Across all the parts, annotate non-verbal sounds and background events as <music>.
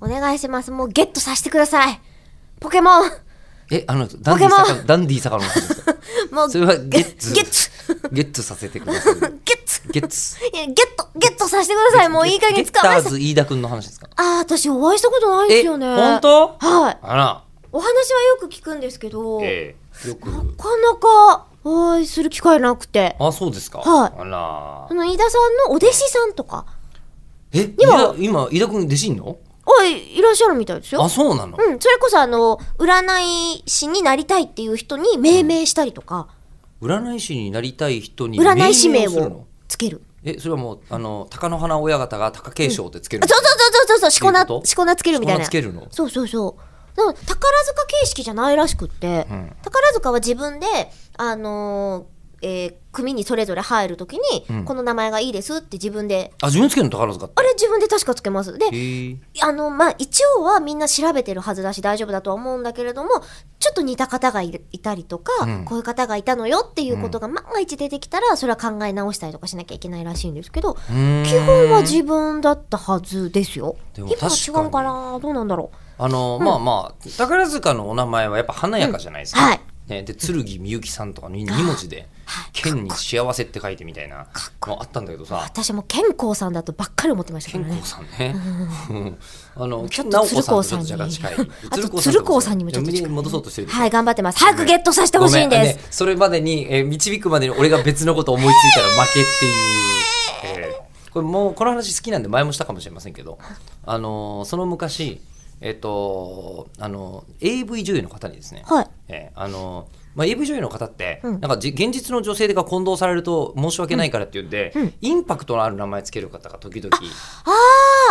お願いします。もうゲットさせてください。ポケモンえ、あの、ダンディポケ坂、ダンディ坂の人ですかもうそれはゲッツ。ゲッツ。ゲッツさせてください。ゲッツゲッツ。いやゲットゲットさせてください。もういい加減使ゲッわタせーて。ズ飯田くんの話ですかああ、私お会いしたことないですよね。本当はい。あら。お話はよく聞くんですけど、ええ。よく。なかなかお会いする機会なくて。あ、そうですか。はいあらあ。の、飯田さんのお弟子さんとか、え、今今、今、飯田くん弟子いんのおい、いらっしゃるみたいですよ。あ、そうなのうん、それこそあの、占い師になりたいっていう人に命名したりとか、占い師になりたい人に占い師名命令するのをつける。え、それはもう、あの、鷹の花親方が貴景勝ってつけるあのそうそうそうそうそう、しこな、どういうことしこなつけるみたいな。しこなつけるのそうそうそう。でも宝塚形式じゃないらしくって、ん宝塚は自分で、あのーえー組にそれぞれ入るときに、んこの名前がいいですって自分で、あ、自分つけるの宝塚ってあ。れ自分で確かつけます。で、へえ。あの、まあ、一応はみんな調べてるはずだし大丈夫だとは思うんだけれども、ちょっと似た方がいるいたりとか、うんこういう方がいたのよっていうことが万が一出てきたら、それは考え直したりとかしなきゃいけないらしいんですけど、うーん基本は自分だったはずですよ。でも今は確か違にうかなどうなんだろあの、まあまあ、宝塚のお名前はやっぱ華やかじゃないですか。うんはいね、で、剣みゆきさんとかの2文字で、剣に幸せって書いてみたいなのあったんだけどう。さ、私も健康さんだとばっかり思ってましたか健らね康。さんね。うん <laughs> あの、ちょっと直子さんとちょっ鶴光と若干さ近んいに。あと鶴光さんにもちょっと近い読みに戻そうとしてるでしょはい、頑張ってます。早くゲットさせてほしいんごめであす。ねそれまでに、えー導くまでに俺が別のこと思いついたら負けっていう、えーこれもうこの話好きなんで前もしたかもしれませんけど、あのーその昔、えっとあの AV 女優の方にですね、はいえーあのーまあ、AV 女優の方って、うんなんかじ現実の女性が混同されると申し訳ないからっていうんで、うんうんインパクトのある名前つける方が時々い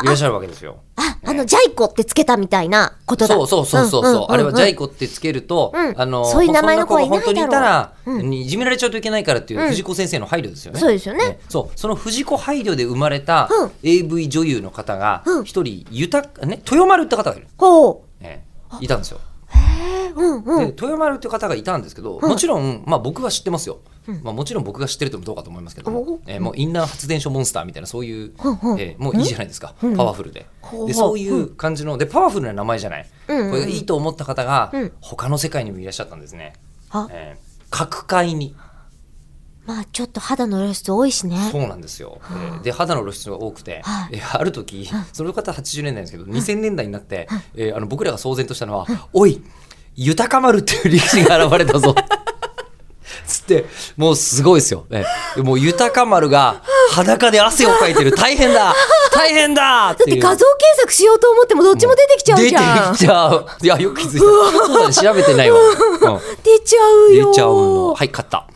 あらっしゃるわけですよ。あ、あの、ジャイコってつけたみたいなことだ。そうそうそうそう,、んんんそうあれはジャイコってつけると、うんあのそういう名前の子そんなはいないだろう本当にいたら、ういじめられちゃうといけないからっていううん藤子先生の配慮ですよね。そうですよねそうその藤子配慮で生まれたうん AV 女優の方がうん一人豊か、ね豊丸って方がいる、ほう。ねいたんですよ。えーうんうでん。豊丸って方がいたんですけど、もちろん、まあ、僕は知ってますよ、まあ、もちろん僕が知ってるともどうかと思いますけどおも、えーもうインナー発電所モンスターみたいなそういう、うんうんえーもういいじゃないですか、パワフルで,、ほうでそういう感じのでパワフルな名前じゃない、うんうんこれがいいと思った方が、うん他の世界にもいらっしゃったんですね、あ、えー、各界にまあちょっと肌の露出多いしね。そうなんですよ、えーで肌の露出が多くて、はいえーある時その方80年代ですけど2000年代になって、えーあの僕らが騒然としたのは「おい豊か丸っていう力士が現れたぞ」 <laughs> つってもうすごいですよ、えーでもう豊か丸が裸で汗をかいてる大変だ大変だっだてっいてう画像検索しようと思ってもどっちも出てきちゃうじゃん。出てきちゃういやよく気づいたそうだね調べてないわ、うん <laughs> 出ちゃうよ出ちゃうのはい買った